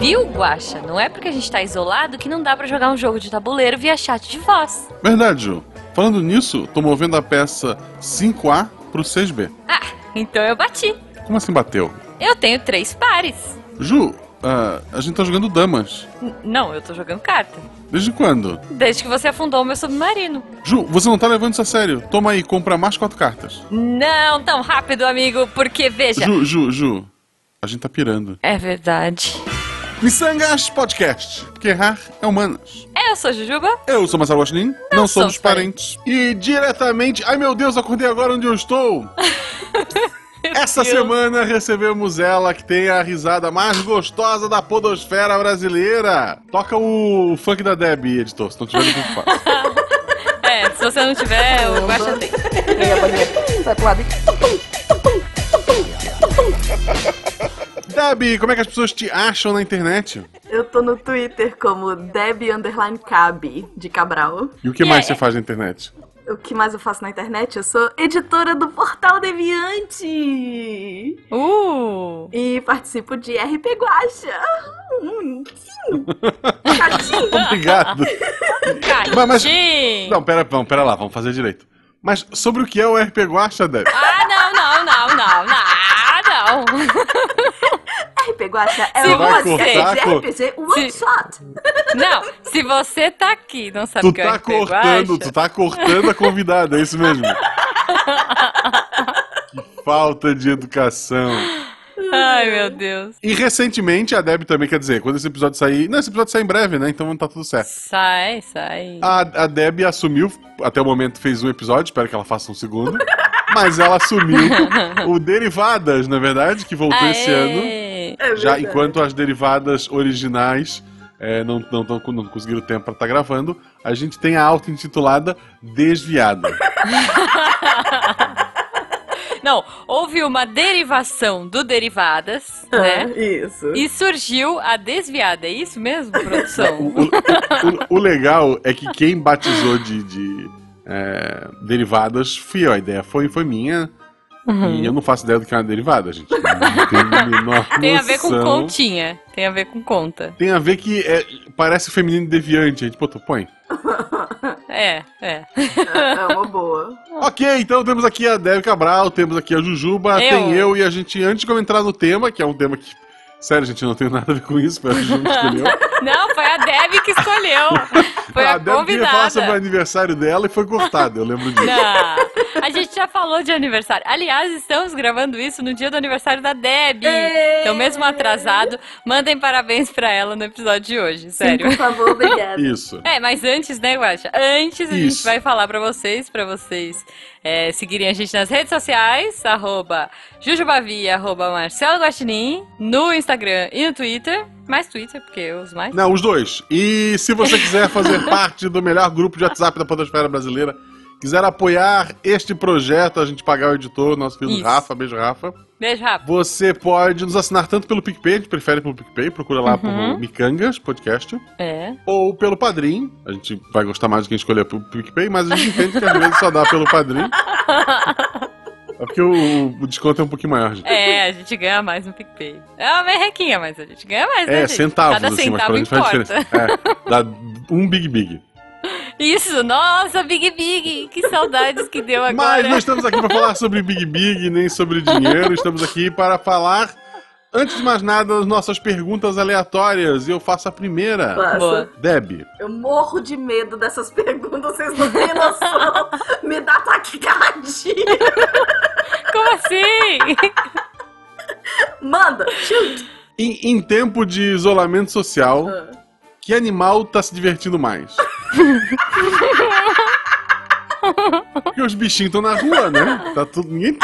Viu, Guaxa? Não é porque a gente tá isolado que não dá pra jogar um jogo de tabuleiro via chat de voz. Verdade, Ju. Falando nisso, tô movendo a peça 5A pro 6B. Ah, então eu bati. Como assim bateu? Eu tenho três pares. Ju, ah, a gente tá jogando damas. N- não, eu tô jogando carta. Desde quando? Desde que você afundou o meu submarino. Ju, você não tá levando isso a sério. Toma aí, compra mais quatro cartas. Não tão rápido, amigo, porque veja. Ju, Ju, Ju. A gente tá pirando. É verdade. Missangas Podcast. Porque errar é humanas. Eu sou Jujuba. Eu sou Marcelo Guaxinim. Não, Não somos somos parentes. E diretamente... Ai, meu Deus, acordei agora onde eu estou. Essa Meu Deus. semana recebemos ela que tem a risada mais gostosa da podosfera brasileira. Toca o funk da Deb, editor, se não tiver muito fácil. É, se você não tiver, o Guaxa tem. Ele é banheiro, vai pro lado e tum, tum, tum, tum, tum, tum, tum, tum. Deb, como é que as pessoas te acham na internet? Eu tô no Twitter como Deb Underline Cabe, de Cabral. E o que E mais é- você faz na internet? O que mais eu faço na internet? Eu sou editora do Portal Deviante! Uh! E participo de RP Guacha! Hum, sim. Chatinho. Obrigado. Mas- mas- Catim! Não, pera, não, pera lá, vamos fazer direito. Mas sobre o que é o RP Guacha, Deb? Ah, não, não, não, não, não, ah, não. RP Guacha é Se uma você- série de Vai RPG one Se- shot! Não, se você tá aqui e não sabe Tu o que é tá o RPG cortando, Guaxa, tu tá cortando a convidada, é isso mesmo? que falta de educação. Ai, meu Deus. E recentemente a Deb também, quer dizer, quando esse episódio sair. Não, esse episódio sai em breve, né? Então tá tudo certo. Sai, sai. A, a Deb assumiu, até o momento fez um episódio, espero que ela faça um segundo. mas ela assumiu o Derivadas, na verdade, que voltou esse ano. Aê. É Já verdade. enquanto as derivadas originais é, não, não, tão- não conseguiram tempo pra estar gravando, a gente tem a auto intitulada Desviada. Não, houve uma derivação do Derivadas, É. Ah, né? Isso. E surgiu a desviada, é isso mesmo, O, produção? É, o- o- o legal é que quem batizou de, de, é, derivadas fui eu. A ideia foi, foi minha. Uhum. E eu não faço ideia do que é uma derivada, gente. Não tenho a menor Tem a ver com noção. continha, tem a ver com conta. Tem a ver que é, parece feminino deviante. A gente, pô, tu põe. É, é. É é uma boa. Ah. Ok, então temos aqui a Débora Cabral, temos aqui a Jujuba, Eu. tem eu e a gente, antes de eu entrar no tema, que é um tema que. Sério, gente, eu não tenho nada a ver com isso, foi a Jujuba que escolheu. Não, foi a Deb que escolheu. Foi a, Ah, a Débora queria falar sobre o convidada. aniversário dela e foi cortada, eu lembro disso. Não, a gente já falou de aniversário. Aliás, estamos gravando isso no dia do aniversário da Deb. Então, mesmo atrasado, mandem parabéns pra ela no episódio de hoje, sério. Por favor, obrigada. Isso. É, mas antes, né, Guaxa? Antes a Isso. gente vai falar pra vocês, pra vocês é, seguirem a gente nas redes sociais, arroba Jujubavia, arroba Marcelo Guaxinim, no Instagram e no Twitter. Mais Twitter, porque eu uso mais. Não, os dois. E se você quiser fazer parte do melhor grupo de WhatsApp da Podosfera Brasileira, quiser apoiar este projeto, a gente pagar o editor, nosso querido Isso. Rafa, beijo Rafa. Beijo, rápido. Você pode nos assinar tanto pelo PicPay, a gente prefere pelo PicPay, procura lá Uhum. por Micangas Podcast, É. ou pelo Padrim. A gente vai gostar mais de quem escolher pelo PicPay, mas a gente entende que às vezes só dá pelo Padrim. É porque o, o desconto é um pouquinho maior, gente. É, a gente ganha mais no PicPay. É uma merrequinha, mas a gente ganha mais, né, É, gente? centavos, Cada assim, mas centavo pra gente faz importa. diferença. É, dá um Big Big. Isso, nossa, Big Big, que saudades que deu agora. é. Mas não estamos aqui para falar sobre Big Big, nem sobre dinheiro. Estamos aqui para falar, antes de mais nada, das nossas perguntas aleatórias. E eu faço a primeira. Passa. Boa. Deb, Eu morro de medo dessas perguntas, vocês não têm noção. Me dá taquicardia. Como assim? Manda. Shoot. em, em tempo de isolamento social, Ah. que animal tá se divertindo mais? Porque os bichinhos estão na rua, né? Tá tudo. Ninguém.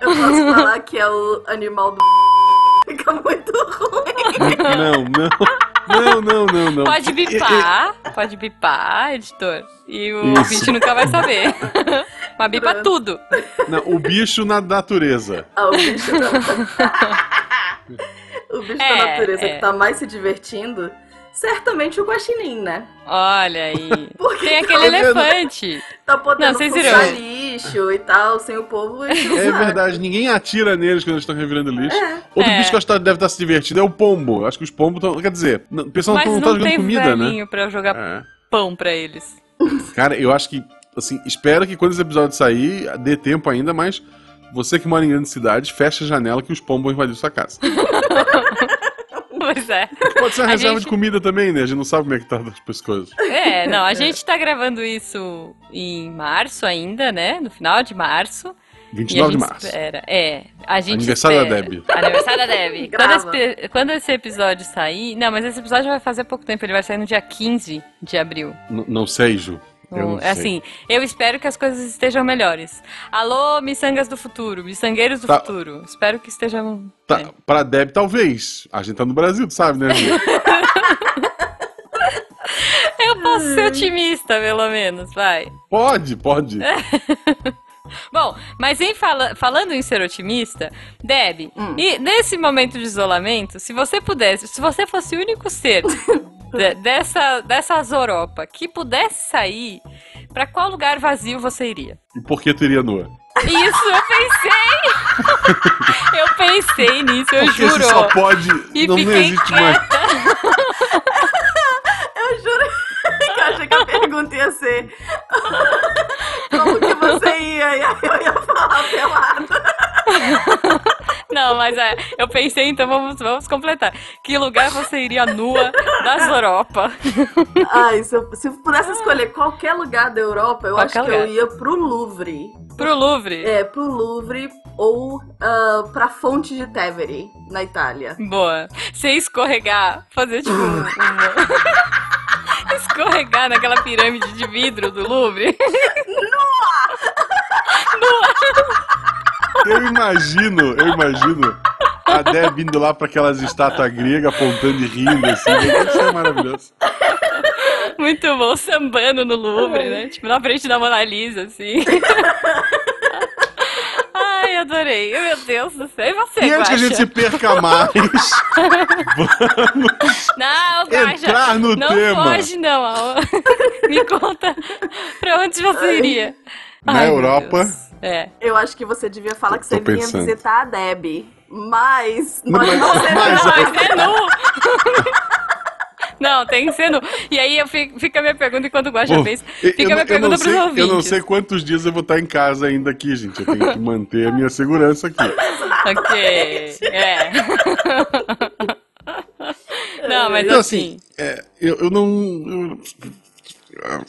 Eu posso falar que é o animal do... Fica muito ruim. Não, não. Não, não, não, não. Pode bipar, pode bipar, editor. E o Isso. ouvinte nunca vai saber. Mas bipa Pronto. tudo. Não, o bicho na natureza. Ah, o bicho da... o bicho É, da natureza é. que tá mais se divertindo, certamente o guaxinim, né? Olha aí. Porque Tem aquele olhando? elefante. tá podendo Não, vocês fuçar irão. lixo, lixo e tal, sem o povo. né? isso É não sabe. verdade, ninguém atira neles quando eles estão revirando lixo. É. Outro É. bicho que eu acho que deve estar se divertindo é o pombo. Acho que os pombos estão. Quer dizer, n- o pessoal Mas não não, está jogando tem comida, né? velhinho pra eu jogar É. pão pra eles. Cara, eu acho que, assim, espero que quando esse episódio sair, dê tempo ainda, mas você que mora em grande cidade, fecha a janela que os pombos vão invadir sua casa. Pois é. Pode ser uma A reserva gente- de comida também, né? A gente não sabe como é que tá as coisas. É, não, a gente tá gravando isso em março ainda, né? No final de março. E a 29 de gente março. Espera. É, a gente Aniversário espera. da Deb. Aniversário da Deb. quando, Grava. esse, pe- quando esse episódio sair... Não, mas esse episódio vai fazer pouco tempo. Ele vai sair no dia 15 de abril. N- Não sei, Ju. Eu Um, não sei. é assim, eu espero que as coisas estejam melhores. Alô, miçangas do futuro, miçangueiros do Tá. futuro. Espero que estejam. Tá, Pra Deb, talvez. A gente tá no Brasil, tu sabe, né, Ju? Eu posso ser otimista, pelo menos, vai. Pode, pode. Bom, mas em fala- falando em ser otimista, Deb, Hum. e nesse momento de isolamento, se você pudesse, se você fosse o único ser de- dessa, dessa Zoropa que pudesse sair, pra qual lugar vazio você iria? E por que tu iria nua? Isso, eu pensei! eu pensei nisso, eu Porque juro. isso só pode. E não, não fiquei existe mais. Eu juro que Tá eu achei que a pergunta ia ser como que você ia? E aí eu ia falar pelado. Não, mas é, eu pensei, então vamos, vamos completar. Que lugar você iria nua da Zoropa? Ai, se eu, se eu pudesse escolher qualquer lugar da Europa, eu Qualquer acho que lugar. eu ia pro Louvre. Pro Louvre? É, pro Louvre ou ah, pra Fonte de Tevere, na Itália. Boa. Sem escorregar, fazer tipo um- uma- Escorregar naquela pirâmide de vidro do Louvre. Eu imagino, eu imagino. A Deb indo lá pra aquelas estátuas gregas, apontando e rindo, assim. Isso é maravilhoso. Muito bom, sambando no Louvre, né? Tipo, na frente da Mona Lisa, assim. Ai, adorei. Meu Deus do céu. E você, E antes que Guaxa? a gente se perca mais, Não, Guaxa, entrar no não tema foge, não. Aô. Me conta pra onde você iria. Na meu Europa. Deus. É. Eu acho que você devia falar que Tô você vinha pensando. visitar a Deb. Mas Não, nós mas- não seremos. mas- Não, mas é nu. Não, tem que ser nu. E aí eu fico, fica a minha pergunta enquanto o Guaxa Bom, fez. eu- Fica a minha eu, eu, pergunta não pros sei, eu não ouvintes. sei quantos dias eu vou estar em casa ainda aqui, gente. Eu tenho que manter a minha segurança aqui. Ok. É. Não, mas Então, assim. assim, é, eu, eu não. eu-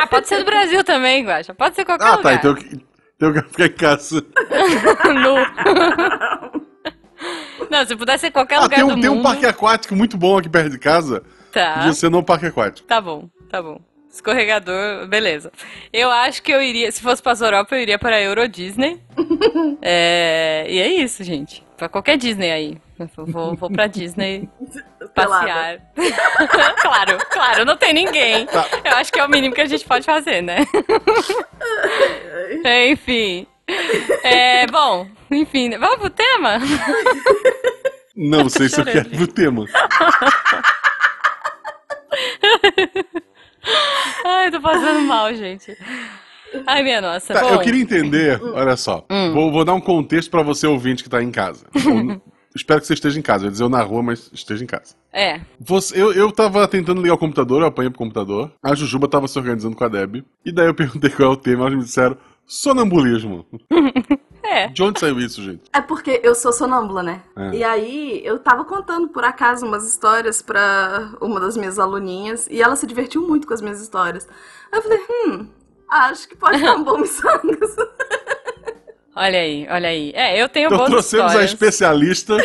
Ah, pode ser do Brasil também, Guaxa. Pode ser qualquer Ah, tá. lugar. Então eu, então eu quero ficar em casa. Nu. Não, se pudesse ser qualquer Ah, lugar tem do um, tem um mundo. parque aquático muito bom aqui perto de casa. Tá. E você não parque aquático. Tá bom, tá bom. Escorregador, beleza. Eu acho que eu iria, se fosse pra Europa, eu iria para a Euro Disney. É, e é isso, gente. Pra qualquer Disney aí. Eu Vou, vou pra Disney passear. Pelada. claro, claro, não tem ninguém. Tá. Eu acho que é o mínimo que a gente pode fazer, né? enfim. É, bom, enfim, vamos pro tema? Não sei se eu chorando, quero pro tema. Ai, eu tô passando mal, gente. Ai, minha nossa. Tá, bom, Hum. eu queria entender, olha só. Vou, vou dar um contexto pra você ouvinte que tá em casa. Ou- espero que você esteja em casa. Eu ia dizer eu na rua, mas esteja em casa. É, Você- eu, eu tava tentando ligar o computador, eu apanhei pro computador. A Jujuba tava se organizando com a Deb. E daí eu perguntei qual é o tema, elas me disseram sonambulismo. é. De onde saiu isso, gente? É porque eu sou sonâmbula, né? É. E aí eu tava contando por acaso umas histórias pra uma das minhas aluninhas e ela se divertiu muito com as minhas histórias. Aí eu falei, hum, acho que pode dar um bom miçangas. Olha aí, olha aí. É, eu tenho Então boas trouxemos histórias. a especialista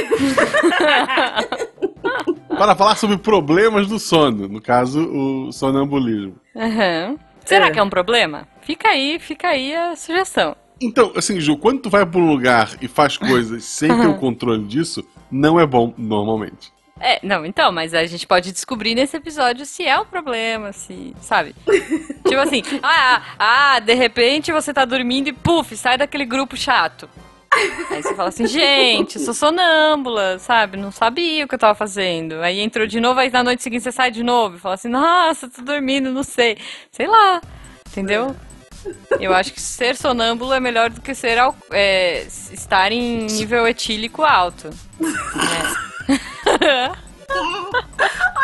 para falar sobre problemas do sono. No caso, o sonambulismo. Aham. Será É. que é um problema? Fica aí, fica aí a sugestão. Então, assim, Ju, quando tu vai pra um lugar e faz coisas sem ter o controle disso, não é bom normalmente. É, não, então, mas a gente pode descobrir nesse episódio se é um problema, se, sabe? tipo assim, ah, ah, ah, de repente você tá dormindo e puf, sai daquele grupo chato. Aí você fala assim, gente, eu sou sonâmbula, sabe? Não sabia o que eu tava fazendo. Aí entrou de novo, aí na noite seguinte você sai de novo e fala assim, nossa, tô dormindo, não sei. Sei lá, entendeu? Eu acho que ser sonâmbulo é melhor do que ser al- é, s- estar em nível etílico alto. É.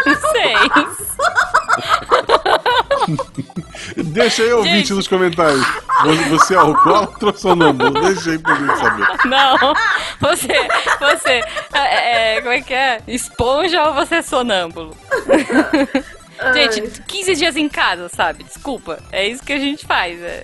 Não sei. Deixa aí, ouvinte, Gente. nos comentários. Vo- Você é alcoólatra ou sonâmbulo? Deixa aí pra gente saber. Não. Você, você, é, é, como é que é? Esponja ou você é sonâmbulo? Gente, 15 dias em casa, sabe? Desculpa. É isso que a gente faz. é.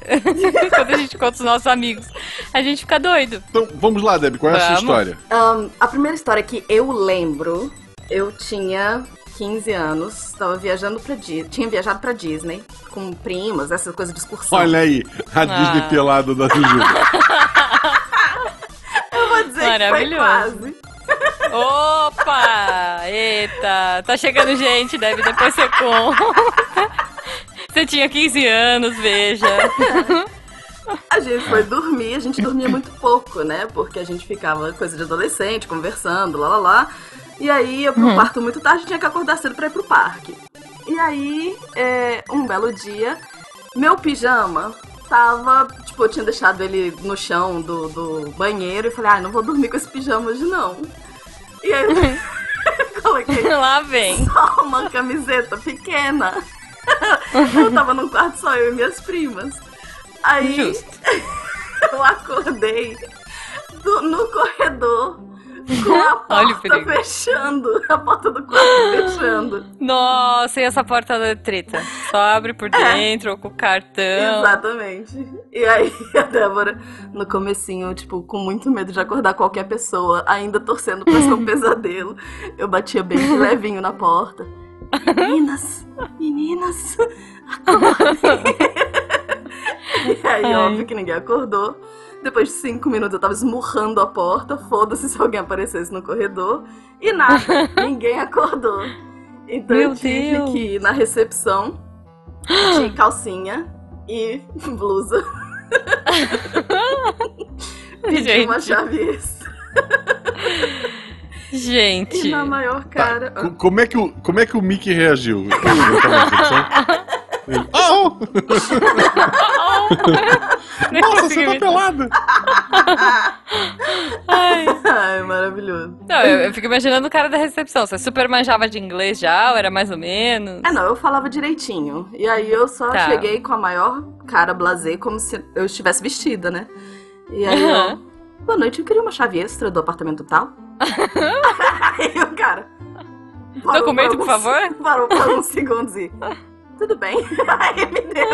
Quando a gente conta os nossos amigos, a gente fica doido. Então, vamos lá, Deb, qual é a sua Vamos. história? Ahn, a primeira história que eu lembro, eu tinha 15 anos, estava viajando pra Disney, tinha viajado pra Disney com primas, essas coisas de excursão. Olha aí, Ah. a Disney pelada da Jujuba. Tá. eu vou dizer Maravilhoso. que foi quase. Opa! Eita! Tá chegando gente, deve depois ser com. Você tinha 15 anos, veja. A gente foi dormir, a gente dormia muito pouco, né? Porque a gente ficava coisa de adolescente, conversando, lá lá lá. E aí ia pro quarto muito tarde, tinha que acordar cedo pra ir pro parque. E aí, é, um belo dia, meu pijama tava, tipo, eu tinha deixado ele no chão do, do banheiro e falei, ah, não vou dormir com esse pijama hoje não. E aí eu coloquei Lá vem. só uma camiseta pequena. eu tava num quarto só, eu e minhas primas. Aí Justo. eu acordei do- no corredor com a Olha o porta perigo. fechando, a porta do quarto fechando. Nossa, e essa porta da treta? Só abre por dentro ou com o cartão. Exatamente. E aí a Débora, no comecinho, tipo, com muito medo de acordar qualquer pessoa, ainda torcendo pra ser um pesadelo, eu batia bem de levinho na porta. Meninas, meninas, acordem. E aí, Ai. óbvio que ninguém acordou. Depois de cinco minutos eu tava esmurrando a porta, foda-se se alguém aparecesse no corredor. E nada, ninguém acordou. Então eu Meu tive Deus. que ir na recepção de calcinha e blusa. Pedi uma Gente, chave extra. E gente. na maior Tá, cara. co- como, é que o, como é que o Mickey reagiu? Ele tava na recepção? Ele, oh! Nem Nossa, consegui você tá me- pelada! Ai. Ai, maravilhoso. Não, eu, eu fico imaginando o cara da recepção. Você super manjava de inglês já, ou era mais ou menos? Ah, não, eu falava direitinho. E aí eu só Tá. cheguei com a maior cara blasé, como se eu estivesse vestida, né? E aí eu. Aham. Boa noite, eu queria uma chave extra do apartamento tal. aí o cara. parou Documento, por alguns- favor? Parou por alguns segundos e. Tudo bem. aí me deu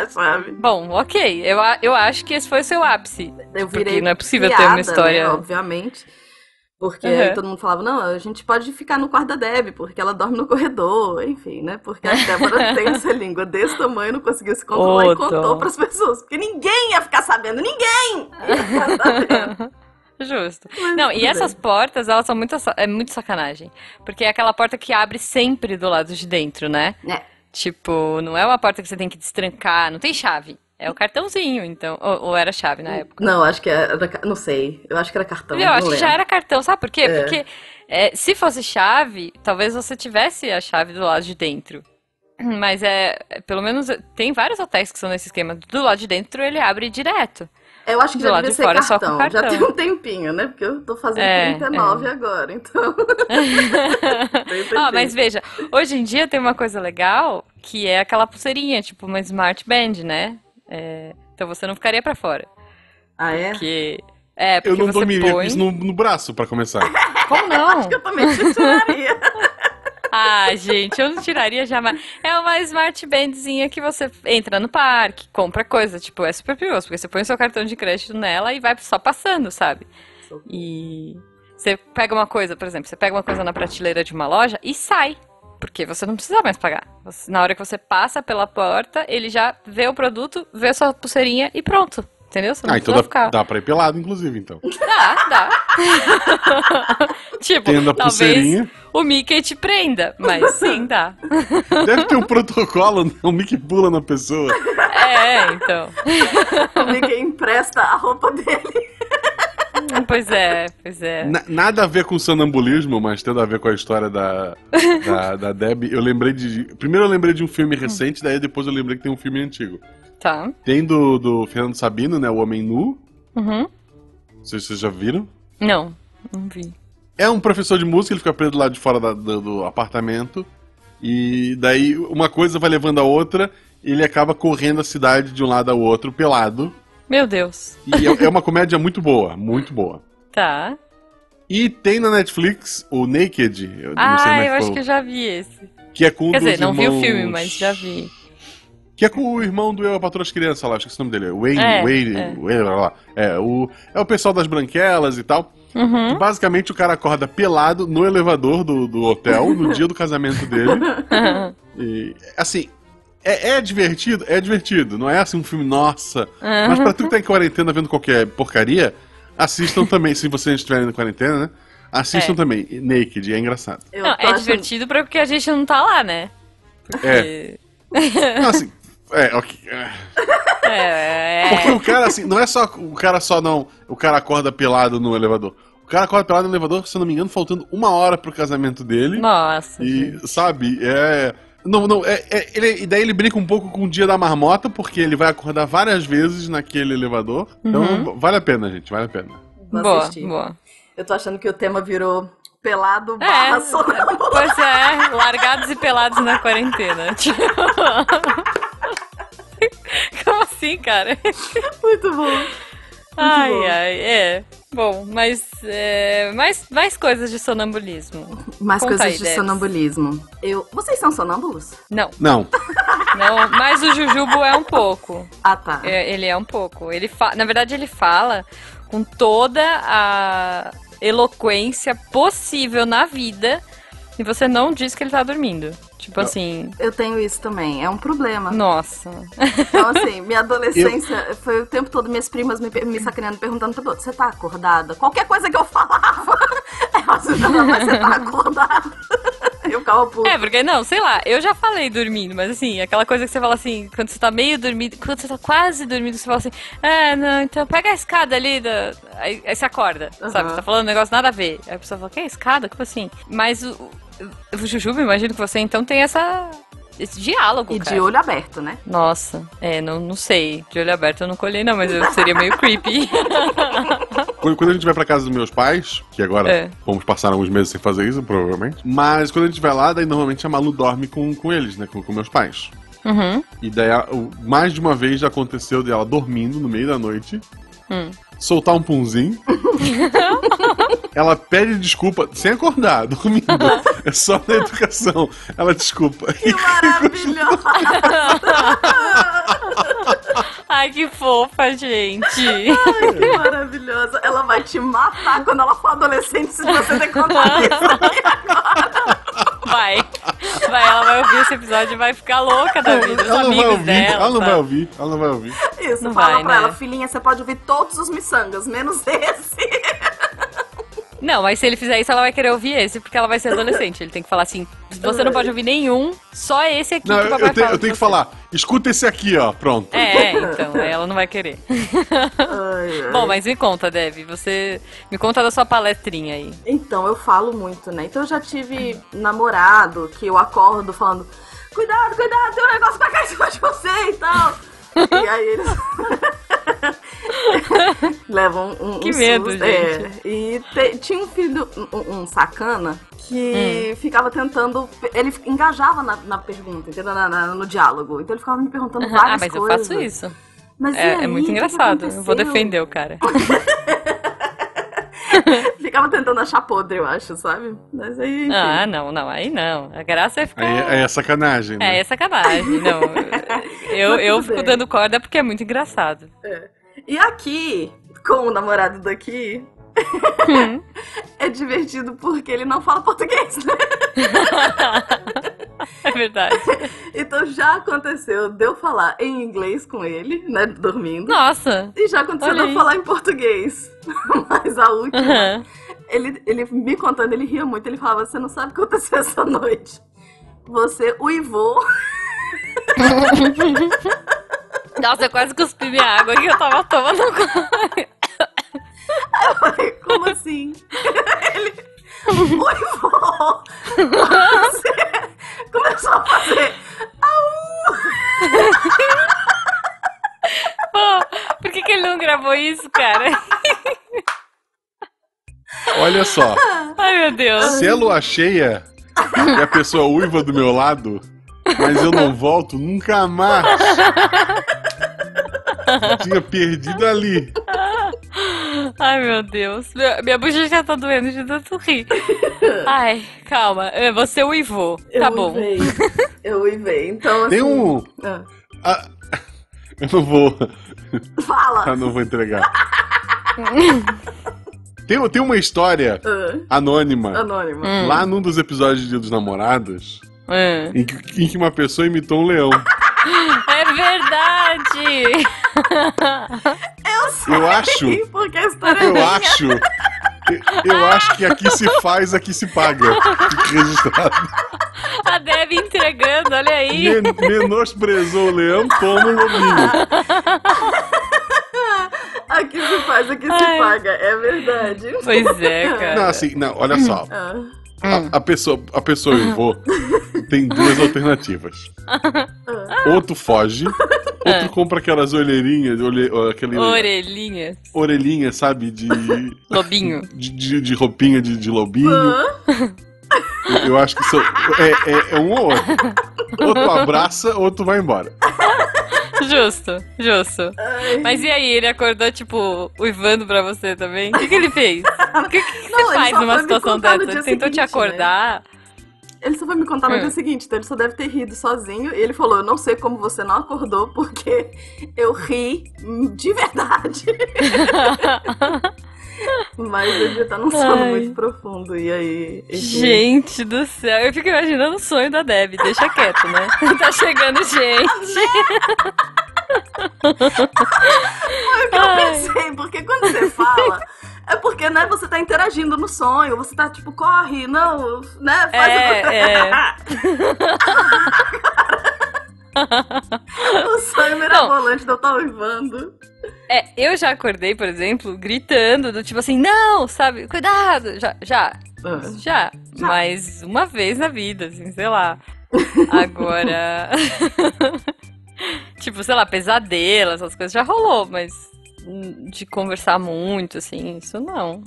a chave. Bom, ok. Eu, a- eu acho que esse foi o seu ápice. Eu Porque virei não é possível ter piada, uma história- né, obviamente. Porque Uhum. aí todo mundo falava, não, a gente pode ficar no quarto da Deb, porque ela dorme no corredor, enfim, né? Porque a Débora tem essa língua desse tamanho, não conseguiu se controlar Ô, e contou dó. pras pessoas. Porque ninguém ia ficar sabendo, ninguém ia ficar sabendo. Justo. Mas Não, e tudo essas portas, elas são muito, sa- é muito sacanagem. Porque é aquela porta que abre sempre do lado de dentro, né? bem. É, Tipo, não é uma porta que você tem que destrancar, não tem chave. É o cartãozinho, então. Ou, ou era chave na época. Não, acho que é, era. ca- Não sei. Eu acho que era cartão. Eu não acho que já lembro. era cartão, sabe por quê? É. Porque é, se fosse chave, talvez você tivesse a chave do lado de dentro. Mas é, pelo menos tem vários hotéis que são nesse esquema. Do lado de dentro ele abre direto. Eu acho que Do já lado devia de ser fora, cartão. só com Já cartão. tem um tempinho, né? Porque eu tô fazendo É, 39 agora, então. Tem Ó, tempinho. Ah, mas veja, hoje em dia tem uma coisa legal que é aquela pulseirinha, tipo uma smart band, né? É, então você não ficaria pra fora. Ah, é? Porque. É, Eu porque não você dormiria com põe. isso no, no braço pra começar. Como não? Eu também te tiraria. Ah, gente, eu não tiraria jamais. É uma smart bandzinha que você entra no parque, compra coisa, tipo, é super perigoso, porque você põe o seu cartão de crédito nela e vai só passando, sabe? E você pega uma coisa, por exemplo, você pega uma coisa na prateleira de uma loja e sai, porque você não precisa mais pagar. Você- na hora que você passa pela porta, ele já vê o produto, vê a sua pulseirinha e pronto. Entendeu? Você não Ah, então precisa dá, ficar. dá pra ir pelado, inclusive, então. Dá, dá. tipo, Tendo a talvez pulseirinha. o Mickey te prenda, mas sim, dá. Deve ter um protocolo, né? O Mickey pula na pessoa. É, então. O Mickey empresta a roupa dele. Pois é, pois é. Na- nada a ver com sonambulismo, mas tendo a ver com a história da, da, da Deb, eu lembrei de. Primeiro eu lembrei de um filme recente, daí depois eu lembrei que tem um filme antigo. Tá. Tem do, do Fernando Sabino, né? O Homem Nu. Uhum. Não sei se vocês já viram. Não, não vi. É um professor de música, ele fica preso lá de fora da- do, do apartamento. E daí uma coisa vai levando a outra. E ele acaba correndo a cidade de um lado ao outro, pelado. Meu Deus. E é, é uma comédia muito boa, muito boa. Tá. E tem na Netflix o Naked. Eu não sei como Ah, é eu que acho foi, que eu já vi esse. que é com um Quer dos dizer, não vi o filme, irmãos- mas já vi. Que é com o irmão do Eu, a Patroa das Crianças lá, acho que esse é o nome dele. Wayne, É, Wayne, é. Wayne, lá, lá. É, o, é o pessoal das branquelas e tal. Uhum. Basicamente, o cara acorda pelado no elevador do, do hotel, no dia do casamento dele. E, assim, é, é divertido, é divertido. Não é assim um filme, nossa. Mas pra tu que tá em quarentena vendo qualquer porcaria, assistam também, se vocês estiverem na quarentena, né? Assistam É. também, Naked, é engraçado. Eu Não, tô é achando- divertido pra- porque a gente não tá lá, né? É, não, assim, é, ok. É, Porque o cara, assim, não é só. O cara só não. O cara acorda pelado no elevador. O cara acorda pelado no elevador, se eu não me engano, faltando uma hora pro casamento dele. é. Nossa. E, sabe, é. Não, não, é, é- ele, e daí ele brinca um pouco com o dia da marmota, porque ele vai acordar várias vezes naquele elevador. Então, vale a pena, gente, vale a pena. Vou Boa, assistir. boa. É. Eu tô achando que o tema virou pelado barra sonâmbulo. Pois é, largados e pelados na quarentena. Tipo... Como assim, cara? Muito bom. bom. Ai, ai, é. Bom, mas é, mais, mais coisas de sonambulismo. Mais Conta coisas aí, de Debs. sonambulismo. Eu... Vocês são sonâmbulos? Não, Não, não, mas o Jujubo é um pouco. Ah, tá. É, ele é um pouco. Ele fa... Na verdade, ele fala com toda a eloquência possível na vida e você não diz que ele tá dormindo. Tipo Não. assim, Eu tenho isso também, é um problema. nossa. Então, assim, minha adolescência foi o tempo todo minhas primas me, me sacaneando, perguntando pra você tá acordada? Qualquer coisa que eu falava, elas falavam, mas você tá acordada? Eu ficava puta. É, porque não, sei lá, eu já falei dormindo, mas assim, aquela coisa que você fala assim, quando você tá meio dormido, quando você tá quase dormindo, você fala assim, ah, não, então pega a escada ali, da... aí, aí você acorda, sabe? Aham. Você tá falando um negócio nada a ver. Aí a pessoa fala, que escada? Como assim? Mas o, o, o Jujuba, imagino que você então tem essa, esse diálogo, E cara. de olho aberto, né? Nossa, é, não, não sei. De olho aberto eu não colhei, não, mas eu seria meio creepy. quando, quando a gente vai pra casa dos meus pais, que agora É. vamos passar alguns meses sem fazer isso, provavelmente. Mas quando a gente vai lá, daí normalmente a Malu dorme com, com eles, né? Com, com meus pais. uhum. E daí, a- o- mais de uma vez já aconteceu dela dormindo no meio da noite, Hum. soltar um punzinho. ela pede desculpa, sem acordar, dormindo. é só na educação. Ela desculpa. Que maravilhoso! Ai, que fofa, gente. que maravilhoso! Ela vai te matar quando ela for adolescente se você ter contado isso. Vai. Vai, ela vai ouvir esse episódio e vai ficar louca da vida. Os Ela não vai amigos ouvir, dela. tá. ela não vai sabe? ouvir, ela não vai ouvir. Isso, Não fala vai, pra né? ela, filhinha, você pode ouvir todos os miçangas, menos esse. Não, mas se ele fizer isso, ela vai querer ouvir esse, porque ela vai ser adolescente. Ele tem que falar assim: você não pode ouvir nenhum, só esse aqui Não, que o eu, papai eu tenho, fala eu tenho de que você. falar, escuta esse aqui, ó, pronto. É, então, ela não vai querer. Ai, ai. Bom, mas me conta, Debbie, você. Me conta da sua palestrinha aí. Então, eu falo muito, né? Então, eu já tive namorado que eu acordo falando: cuidado, cuidado, tem um negócio pra cá em cima de você e tal. e aí eles. levam um, um Que medo, susto, É. E te- tinha um filho, um, um sacana, que Hum. ficava tentando. Ele fi- engajava na, na pergunta, entendeu? Na- na- no diálogo. Então ele ficava me perguntando Ah, várias mas eu coisas. faço isso. Mas e É, aí, é o muito que que engraçado. Eu vou aconteceu? defender o cara. Ficava tentando achar podre, eu acho, sabe? Mas aí. enfim. Ah, não, não, aí não. A graça é ficar. Aí, aí é sacanagem, É, né? é sacanagem, não. Eu, Mas eu tudo fico bem. dando corda porque é muito engraçado. E aqui, com o namorado daqui, Hum. é divertido porque ele não fala português, né? É verdade. Então já aconteceu de eu falar em inglês com ele, né? Dormindo. Nossa! E já aconteceu de Olha eu aí. falar em português. Mas a última, Aham. ele, ele me contando, ele ria muito. Ele falava: Você não sabe o que aconteceu essa noite. Você uivou. Nossa, eu quase cuspi minha água que eu tava tomando. Eu falei: Como assim? ele uivou. Você começou a fazer. Olha só, Ai, meu Deus. se a lua cheia e a pessoa uiva do meu lado, mas eu não volto nunca mais. Eu tinha perdido ali. Ai, meu Deus. Meu- minha bochecha já tá doendo de tanto rir. Ai, calma. É, Você uivou. Tá eu bom. Uivei. Eu uivei. Então, Tem assim, um. ah, ah, eu não vou. Fala! Ah, não vou entregar. Tem, tem uma história Ah, anônima anônimo. Hum. lá num dos episódios de Dia dos Namorados É. em que, em que uma pessoa imitou um leão. É verdade. Eu acho. Sim, porque a história é Eu minha. acho. Eu acho que aqui se faz, aqui se paga. Fique Registrado. A Deb entregando, olha aí. Men- Menosprezou o leão, toma o lobinho. Aqui se faz, aqui Ai. se paga. É verdade. Pois é, Hum. cara. Não, assim, não, olha só. Ah, A, a pessoa, a pessoa eu vou, tem duas alternativas. Ou tu foge, É. ou tu compra aquelas olheirinhas, olhe, aquele Orelhinha. orelhinha, sabe, de Lobinho. de, de, de roupinha de, de lobinho. ah, Eu, eu acho que são, é, é, é um ou outro. Ou tu abraça, ou tu vai embora. Justo, justo. ai. Mas e aí, ele acordou, tipo, uivando pra você também? O que, que ele fez? O que, que Não, você ele faz só numa foi me situação contar no dessa? Ele dia tentou te seguinte, né? acordar? Ele só foi me contar no Hum. dia seguinte, então ele só deve ter rido sozinho. E ele falou: Eu não sei como você não acordou, porque eu ri de verdade. Mas eu devia estar num sono Ai. muito profundo. E aí. enfim. Gente do céu, eu fico imaginando o sonho da Deb, deixa quieto, né? tá chegando gente. Foi o que eu Ai. pensei, porque quando você fala. É porque, né, você tá interagindo no sonho, você tá tipo, corre, não, né, faz o É, O sonho mirabolante do Tal Ivando. É, eu já acordei, por exemplo, gritando, do tipo assim, não, sabe? Cuidado! Já, já, já. Mas uma vez na vida, assim, sei lá. Agora. tipo, sei lá, pesadelo, essas coisas já rolou, mas hum, de conversar muito, assim, isso não.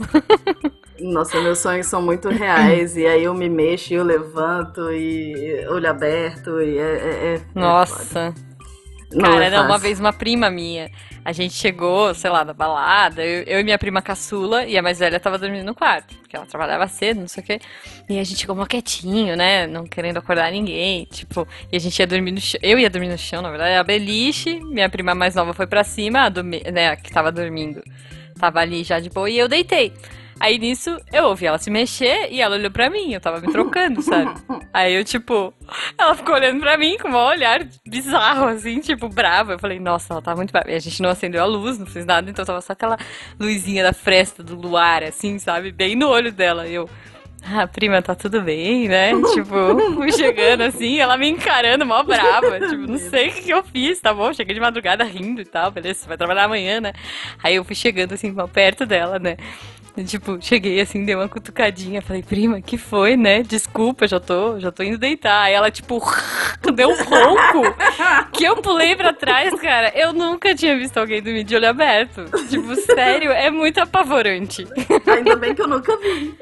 Nossa, meus sonhos são muito reais. e aí eu me mexo e eu levanto e olho aberto e é. é- é- Nossa. não Cara, é não, uma fácil. vez uma prima minha, a gente chegou, sei lá, da balada, eu, eu e minha prima caçula, e a mais velha tava dormindo no quarto, porque ela trabalhava cedo, não sei o quê. E a gente chegou mó quietinho, né, não querendo acordar ninguém, tipo, e a gente ia dormir no chão, eu ia dormir no chão, na verdade, a beliche, minha prima mais nova foi pra cima, a do me- né, a que tava dormindo, tava ali já de boa, e eu deitei. Aí nisso, eu ouvi ela se mexer e ela olhou pra mim, eu tava me trocando, sabe? Aí eu, tipo, ela ficou olhando pra mim com um olhar bizarro, assim, tipo, brava. Eu falei, nossa, ela tá muito brava. E a gente não acendeu a luz, não fez nada, então tava só aquela luzinha da fresta do luar, assim, sabe? Bem no olho dela. E eu, ah, prima, tá tudo bem, né? tipo, chegando assim, ela me encarando, mó brava. Tipo, não sei o que, que eu fiz, tá bom? Cheguei de madrugada rindo e tal, beleza, você vai trabalhar amanhã, né? Aí eu fui chegando, assim, mal perto dela, né? E, Tipo, cheguei assim, dei uma cutucadinha, falei, prima, que foi, né? Desculpa, já tô, já tô indo deitar. Aí ela, tipo, deu um ronco que eu pulei pra trás, cara. Eu nunca tinha visto alguém dormir de olho aberto. Tipo, sério, é muito apavorante. Ainda bem que eu nunca vi.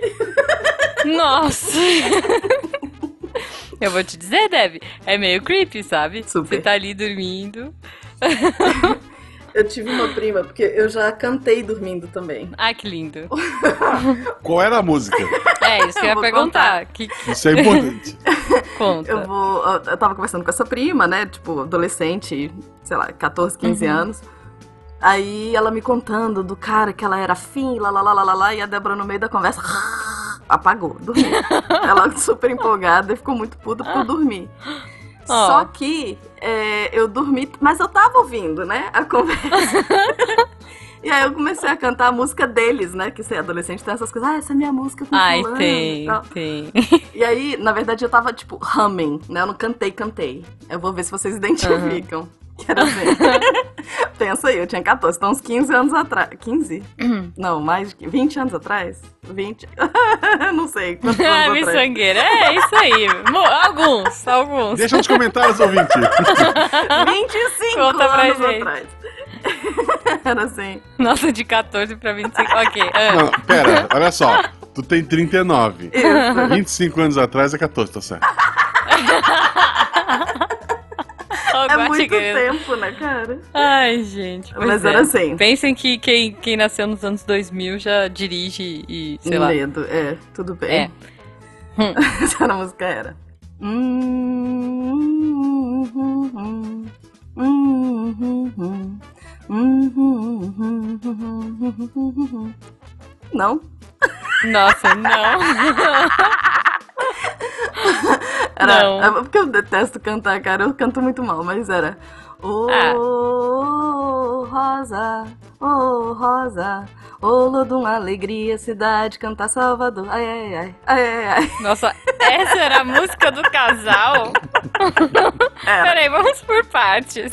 Nossa! Eu vou te dizer, Deb, é meio creepy, sabe? Super. Você tá ali dormindo. Eu tive uma prima, porque eu já cantei dormindo também. Ah, que lindo. Qual era a música? É isso que eu Eu ia vou perguntar. Que Isso é importante. conta? Eu vou. Eu eu tava conversando com essa prima, né? Tipo, adolescente, sei lá, 14, Uhum. 15 anos. Aí ela me contando do cara que ela era afim, lá, lá, lá, lá, lá, lá, e a Débora no meio da conversa apagou, dormiu. ela super empolgada e ficou muito puta porque eu dormi. Ó. Só que é, eu dormi, mas eu tava ouvindo, né? A conversa. E aí eu comecei a cantar a música deles, né? Que ser adolescente tem essas coisas. Ah, essa é minha música. com Ai, fulano", e tem, tal. tem. E aí, na verdade, eu tava, tipo, humming, né? Eu não cantei, cantei. Eu vou ver se vocês identificam. Quero ver. Pensa aí, eu tinha 14, então uns 15 anos atrás. 15? Uhum. Não, mais de 20 anos atrás? 20? não sei. Quantos Ah, anos atrás? miçangueira. É isso aí. Mo- Alguns, alguns. Deixa nos comentários, ouvinte. 25 Conta pra anos gente. atrás. Era assim. Nossa, de 14 pra 25. Ok. ah. Não, pera, olha só. Tu tem 39. Isso. 25 anos atrás é 14, tá certo. Ó, É muito guarda-grana. tempo, né, cara? Ai, gente. pois Mas é. era assim. Pensem que quem, quem nasceu nos anos 2000 já dirige e, sei lá. Medo, é, tudo bem. É. Hum. Essa era a música era. Não? Nossa, não. Era, Não. É porque eu detesto cantar, cara. Eu canto muito mal, mas era. Ô Ah. rosa, ô rosa, ô lodum, alegria, cidade, cantar Salvador. Ai, ai, ai, ai, ai, ai. Nossa, essa era a música do casal? Era. Peraí, vamos por partes.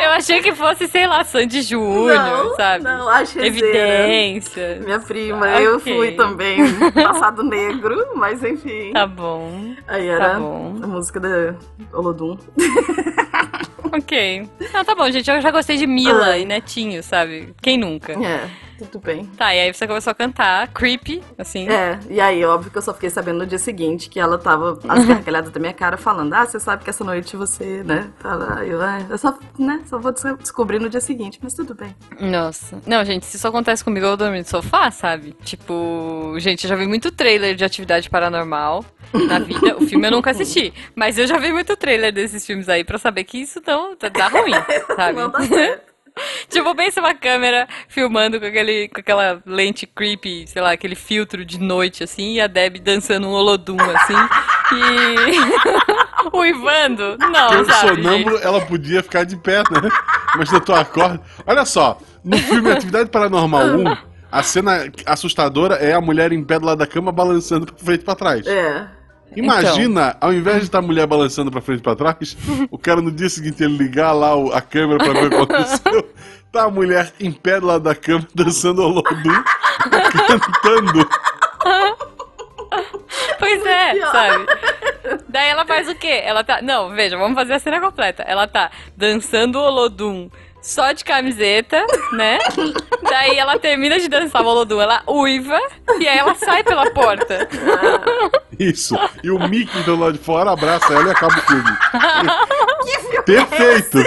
Eu achei que fosse, sei lá, Sandy Júnior, não, sabe? Não, acho Evidências. Minha prima, Ah, eu ok. fui também, passado negro, mas enfim. Tá bom, Aí tá era bom. a música da Olodum. Ok. Não, tá bom, gente. Eu já gostei de Ah. Mila e Netinho, sabe? Quem nunca? É, tudo bem. Tá, e aí você começou a cantar creepy, assim. É, e aí, óbvio que eu só fiquei sabendo no dia seguinte que ela tava as gargalhadas da minha cara falando: Ah, você sabe que essa noite você, né? Tá lá, eu, ah, eu só, né, só vou des- descobrir no dia seguinte, mas tudo bem. Nossa. Não, gente, se isso acontece comigo, eu vou dormir no sofá, sabe? Tipo, gente, eu já vi muito trailer de atividade paranormal na vida. O filme eu nunca assisti. Mas eu já vi muito trailer desses filmes aí pra saber que isso não, tá, tá ruim, sabe? Não dá tá certo. Tipo, pensa uma câmera filmando com, aquele, com aquela lente creepy, sei lá, aquele filtro de noite, assim, e a Deb dançando um holodum, assim, e... uivando. Não, Porque o sabe, gente? sonâmbulo, ela podia ficar de pé, né? Mas na tua corda. Olha só, no filme Atividade Paranormal 1, a cena assustadora é a mulher em pé do lado da cama balançando pra frente e pra trás. É. Imagina, ao invés de estar a mulher balançando pra frente e pra trás, o cara no dia seguinte ele ligar lá o- a câmera pra ver o que aconteceu. Tá a mulher em pé do lado da cama dançando holodum, cantando. Pois é, pior. sabe? Daí ela faz o quê? Ela tá. Não, veja, vamos fazer a cena completa. Ela tá dançando o Olodum só de camiseta, né? Daí ela termina de dançar o Olodum, ela uiva e aí ela sai pela porta. Isso. E o Mickey do lado de fora abraça ela e acaba o filme. Perfeito.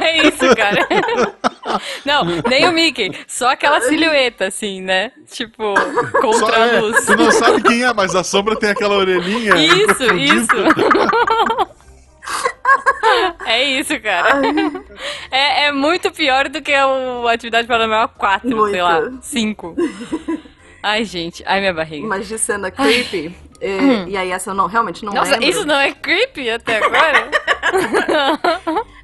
É isso, cara. Não, nem o Mickey, só aquela silhueta, assim, né? Tipo, Só contra a é, luz. tu não sabe quem é, mas a sombra tem aquela orelhinha. Tipo, Isso, confundida. isso. É isso, cara. É, é muito pior do que o Atividade Paranormal 4, sei Muito. lá, 5. Ai, gente. Ai, minha barriga. Mas de cena creepy. é, E aí, essa eu não, realmente não Hum. Nossa, lembro. isso não é creepy até agora?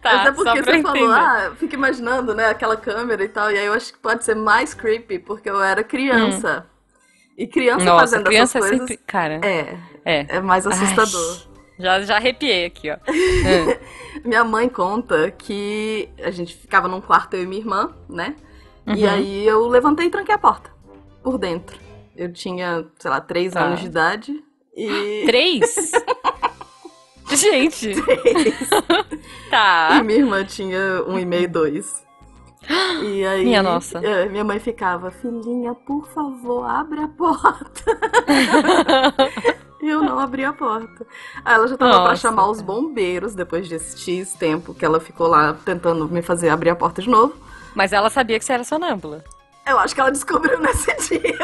tá, Mas é só porque pra você eu falou, entender. ah, fica imaginando, né, aquela câmera e tal. E aí eu acho que pode ser mais creepy, porque eu era criança. E criança Hum. Nossa, fazendo criança é essas coisas. sempre... Cara, É, é. é mais assustador. Ai, já, já arrepiei aqui, ó. Hum. Minha mãe conta que a gente ficava num quarto, eu e minha irmã, né? E Uhum. aí eu levantei e tranquei a porta. Por dentro. Eu tinha, sei lá, três Ah. anos de idade. E. Três? gente. Tá. E minha irmã tinha um e meio, dois. E aí, Minha nossa. é, minha mãe ficava, filhinha, por favor, abre a porta. E eu não abri a porta. Aí ela já tava pra Nossa, chamar os cara. bombeiros depois desse X tempo que ela ficou lá tentando me fazer abrir a porta de novo. Mas ela sabia que você era sonâmbula. Eu acho que ela descobriu nesse dia.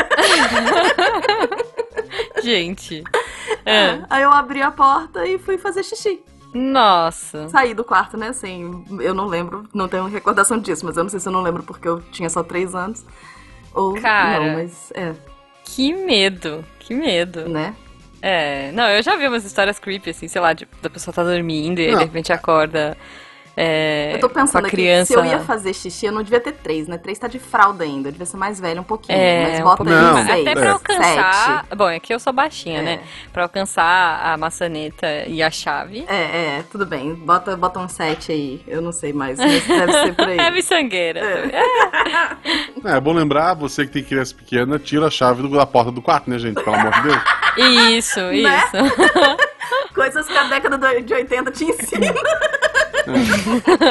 Gente. Ah, Aí eu abri a porta e fui fazer xixi. Nossa. Saí do quarto, né? Assim, eu não lembro, não tenho recordação disso, mas eu não sei se eu não lembro porque eu tinha só três anos. Ou Cara. não, mas é, Que medo. Que medo. né? É. Não, eu já vi umas histórias creepy, assim, sei lá, de- da pessoa tá dormindo e aí Não. de repente acorda. É, eu tô pensando com a aqui, criança. se eu ia fazer xixi, eu não devia ter três, né? Três tá de fralda ainda, eu devia ser mais velha um pouquinho. É, mas um bota pouquinho Não, mais. aí seis, Até pra alcançar. sete. Bom, é que eu sou baixinha, É. né? Pra alcançar a maçaneta e a chave. É, é, tudo bem. Bota, bota um sete aí. Eu não sei mais, mas deve ser por aí. É miçangueira. É, é bom lembrar, você que tem criança pequena, tira a chave do- da porta do quarto, né, gente? Pelo amor de Deus. Isso, Né? isso. Coisas que a década do- de 80 te ensina.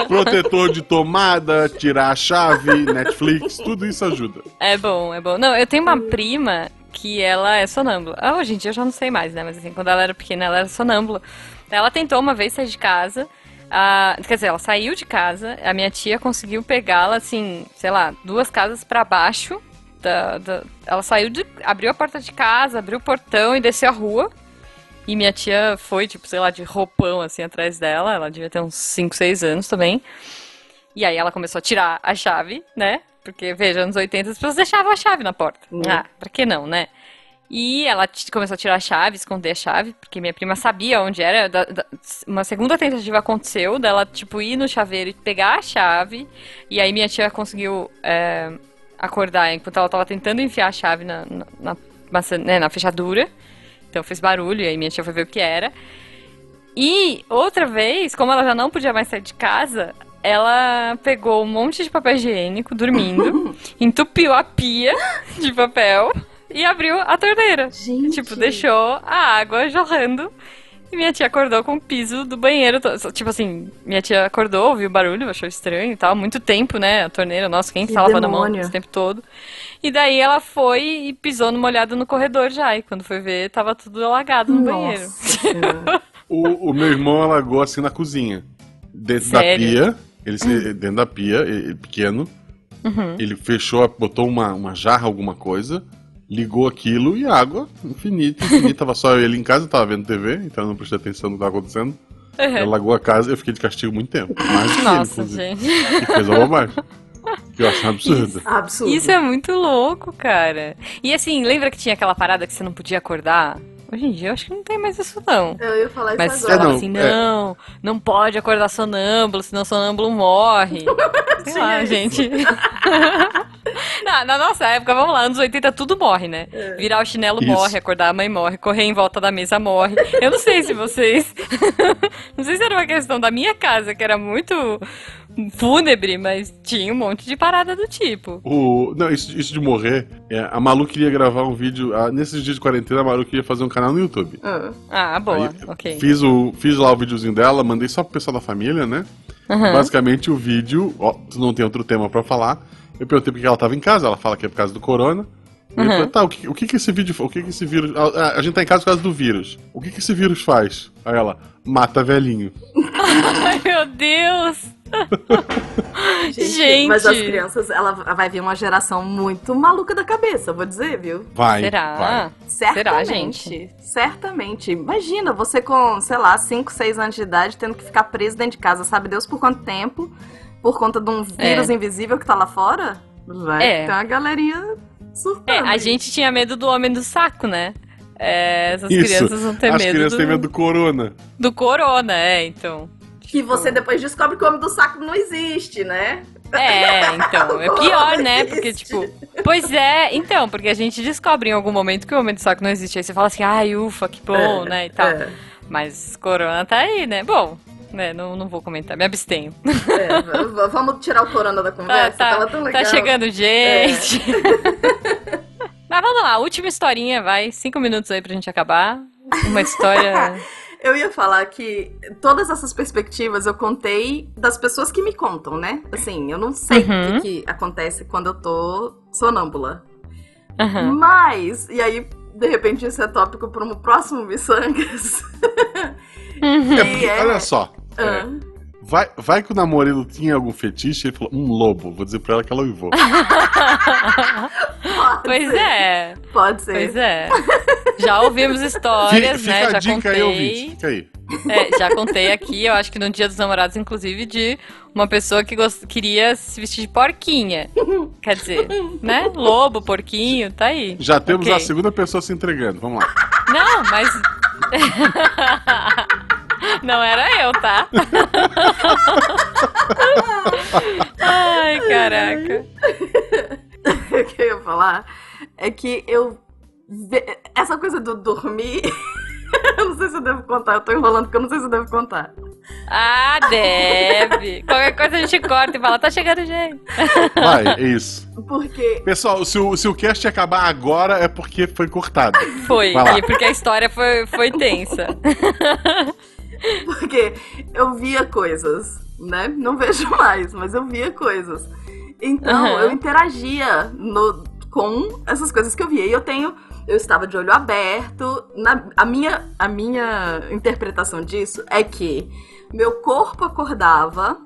Protetor de tomada, tirar a chave, Netflix, tudo isso ajuda. É bom, é bom. Não, eu tenho uma prima que ela é sonâmbula. Ah, hoje em dia eu já não sei mais, né? Mas assim, quando ela era pequena, ela era sonâmbula. Ela tentou uma vez sair de casa. ah, quer dizer, ela saiu de casa, a minha tia conseguiu pegá-la, assim, sei lá, duas casas pra baixo. da- da- ela saiu de. abriu a porta de casa, abriu o portão e desceu a rua. E minha tia foi, tipo, sei lá, de roupão, assim, atrás dela. Ela devia ter uns 5, 6 anos também. E aí ela começou a tirar a chave, né? Porque, veja, anos 80 as pessoas deixavam a chave na porta. Hum. Ah, pra que não, né? E ela t- começou a tirar a chave, esconder a chave, porque minha prima sabia onde era. Da- da- uma segunda tentativa aconteceu dela, tipo, ir no chaveiro e pegar a chave. E aí minha tia conseguiu é, acordar enquanto ela tava tentando enfiar a chave na, na, na maçã- né, na fechadura. Então fez barulho, e aí minha tia foi ver o que era. E outra vez, como ela já não podia mais sair de casa, ela pegou um monte de papel higiênico dormindo, entupiu a pia de papel e abriu a torneira. Gente. Tipo, deixou a água jorrando. E minha tia acordou com o piso do banheiro. to- só- Tipo assim, minha tia acordou, ouviu o barulho, achou estranho e tal. Muito tempo, né? A torneira, nossa, quem Que estava na mão demônio. esse tempo todo. E daí ela foi e pisou numa olhada no corredor já. E quando foi ver, tava tudo alagado no banheiro. Nossa Senhora. O, o meu irmão alagou assim na cozinha. Dentro Sério? Hum. da pia. Ele, se- Dentro da pia, ele, pequeno. Uhum. Ele fechou, botou uma, uma jarra, alguma coisa, ligou aquilo e água infinita, infinita. tava só ele em casa, eu tava vendo TV, então eu não prestei atenção no que tava acontecendo. Ele alagou a casa e eu fiquei de castigo muito tempo. Mais do que ele, É. Nossa, inclusive. gente. Que fez uma bobagem. Que eu acho um absurdo. Absurdo. Isso é muito louco, cara. E assim, lembra que tinha aquela parada que você não podia acordar? Hoje em dia eu acho que não tem mais isso, não. Eu ia falar isso é Mas agora. falava não, assim, é. não, não pode acordar sonâmbulo, senão sonâmbulo morre. Sei Tinha lá, isso. gente. na, na nossa época, vamos lá, anos 80 tudo morre, né? Virar o chinelo Isso. morre, acordar a mãe morre, correr em volta da mesa morre. Eu não sei se vocês... não sei se era uma questão da minha casa, que era muito fúnebre, mas tinha um monte de parada do tipo. O, não, isso, isso de morrer. é, a Malu queria gravar um vídeo. ah, nesses dias de quarentena, a Malu queria fazer um canal no YouTube. Ah, Ah, boa, Aí, ok. Fiz, o, fiz lá o videozinho dela, mandei só pro pessoal da família, né? Aham. Basicamente o vídeo, ó, tu não tem outro tema pra falar. Eu perguntei porque ela tava em casa, ela fala que é por causa do corona. E eu Uhum. falei, tá, o que, o que que esse vídeo, fa- o que que esse vírus, a, a- a gente tá em casa por causa do vírus. O que que esse vírus faz? Aí ela, mata velhinho. Ai, meu Deus! Ah, gente, Gente. Mas as crianças, ela vai vir uma geração muito maluca da cabeça, vou dizer, viu? Vai, Será? vai. Será, Certamente. Certamente. Imagina você com, sei lá, 5, 6 anos de idade tendo que ficar preso dentro de casa, sabe Deus por quanto tempo? Por conta de um vírus invisível que tá lá fora? Vai É. ter uma galerinha surtando. É, a gente tinha medo do homem do saco, né? É, essas Isso. crianças vão ter As medo, crianças do, têm medo do corona. do corona, é, então. Que você depois descobre que o homem do saco não existe, né? É, então. É pior, né? Porque, Existe. tipo. Pois é, então, porque a gente descobre em algum momento que o homem do saco não existe. Aí você fala assim, ai, ufa, que bom, né? E tal. É, Mas corona tá aí, né? Bom, né? Não, não vou comentar, me abstenho. é. V- v- Vamos tirar o corona da Tá, conversa? tá, Tava tão legal. É. tá chegando gente. Mas vamos lá, última historinha, vai. Cinco minutos aí pra gente acabar. Uma história. Eu ia falar que todas essas perspectivas eu contei das pessoas que me contam, né? Assim, eu não sei Uhum. o que, que acontece quando eu tô sonâmbula. Aham. Mas, e aí, de repente, isso é tópico para um próximo Missangas. É né? porque, é. olha só. é, Ah, vai, vai que o namorado tinha algum fetiche, ele falou, um lobo. Vou dizer pra ela que ela uivou. pode Pois ser, é, Pode ser. pois é. Já ouvimos Fica, histórias, né? fica a Já dica aí, ouvinte. contei. Fica aí. é, já contei aqui, eu acho que no Dia dos Namorados, inclusive, de uma pessoa que gost- queria se vestir de porquinha. Quer dizer, né? Lobo, porquinho, tá aí. Já temos Ok. a segunda pessoa se entregando. Vamos lá. Não, mas. Não era eu, tá? Ai, caraca. o que eu ia falar é que eu. ve- Essa coisa do dormir. eu não sei se eu devo contar, eu tô enrolando porque eu não sei se eu devo contar. Ah, deve. Qualquer coisa a gente corta e fala, tá chegando gente. Vai, é isso. Porque. Pessoal, se o, se o cast acabar agora é porque foi cortado. Foi, Vai lá. e porque a história foi, foi tensa. Porque eu via coisas. né? Não vejo mais, mas eu via coisas. Então uhum. eu interagia no, com essas coisas que eu via. E eu tenho. Eu estava de olho aberto. Na, a, minha, a minha interpretação disso é que meu corpo acordava,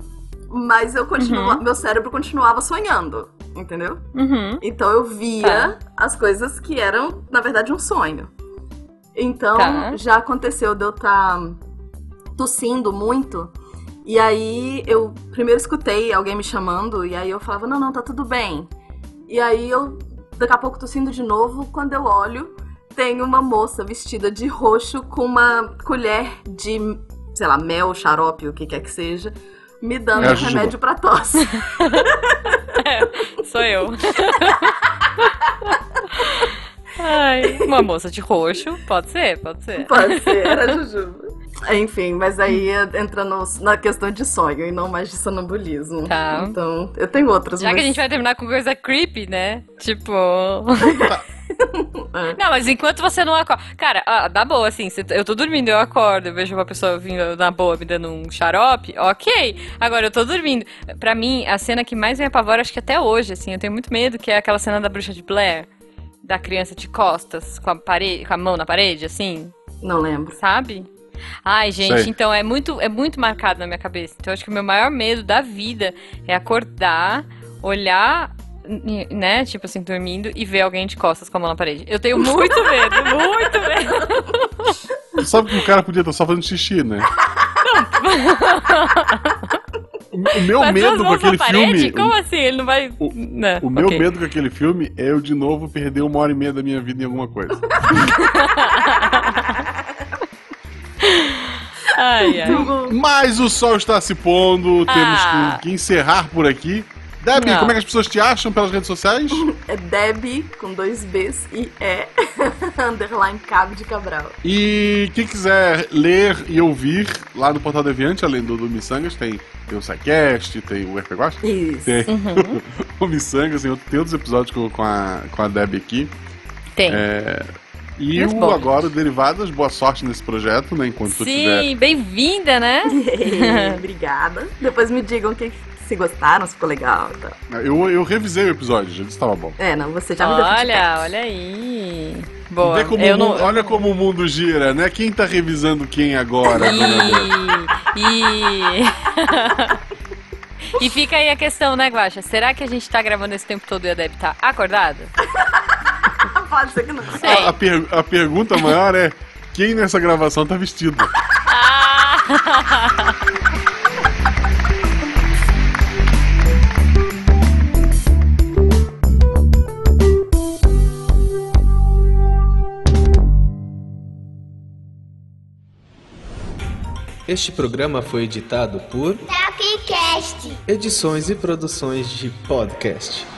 mas eu continua, uhum. meu cérebro continuava sonhando. Entendeu? Uhum. Então eu via tá. as coisas que eram, na verdade, um sonho. Então tá. já aconteceu de eu estar tá tossindo muito. E aí eu primeiro escutei alguém me chamando, e aí eu falava, não, não, tá tudo bem. E aí eu, daqui a pouco, tossindo de novo, quando eu olho, tem uma moça vestida de roxo com uma colher de, sei lá, mel, xarope, o que quer que seja, me dando um remédio pra tosse. é, sou eu. Ai, uma moça de roxo, pode ser, pode ser. Pode ser, era Jujuba. Enfim, mas aí entra no, na questão de sonho e não mais de sonambulismo. Tá. Então, eu tenho outras. Já mas... que a gente vai terminar com coisa creepy, né? Tipo. é. Não, mas enquanto você não acorda. Cara, ó, dá boa, assim. Eu tô dormindo, eu acordo, eu vejo uma pessoa vindo na boa me dando um xarope, ok. Agora eu tô dormindo. Pra mim, a cena que mais me apavora, acho que até hoje, assim, eu tenho muito medo, que é aquela cena da bruxa de Blair, da criança de costas, com a, parede, com a mão na parede, assim. Não lembro. Sabe? Ai, gente, Sei. então é muito, é muito marcado na minha cabeça. Então acho que o meu maior medo da vida é acordar, olhar, né, tipo assim, dormindo e ver alguém de costas com a mão na parede. Eu tenho muito medo, muito medo. Sabe que o cara podia estar só fazendo xixi, né? o meu Mas medo com aquele parede? filme. Como assim? Ele não vai. né? O, não, o meu okay. medo com aquele filme é eu de novo perder uma hora e meia da minha vida em alguma coisa. Ai, ai. Mas o sol está se pondo, temos ah. que, que, encerrar por aqui. Deb, como é que as pessoas te acham pelas redes sociais? É Deb com dois Bs e E, underline Cabo de Cabral. E quem quiser ler e ouvir lá no Portal Deviante, além do, do Missangas, tem, tem o SciCast, tem o RPGost, tem uhum. o, o Missangas, tem, tem outros episódios com, com, a, com a Deb aqui. Tem. É, e Muito o bom. agora o Derivadas, boa sorte nesse projeto, né? Enquanto Sim, tiver. Sim, bem-vinda, né? Obrigada. Depois me digam o que se gostaram, se ficou legal. Então. Eu, eu revisei o episódio, já disse estava bom. É, não, você já me deu Olha, olha aí. Boa. Como não... Olha como o mundo gira, né? Quem tá revisando quem agora? e... e... e fica aí a questão, né, Guaxa? Será que a gente tá gravando esse tempo todo e a Deb tá acordada? pode ser que não. A, a, per, a, pergunta maior é: quem nessa gravação tá vestido? ah. Este programa foi editado por Tapcast. Edições e Produções de Podcast.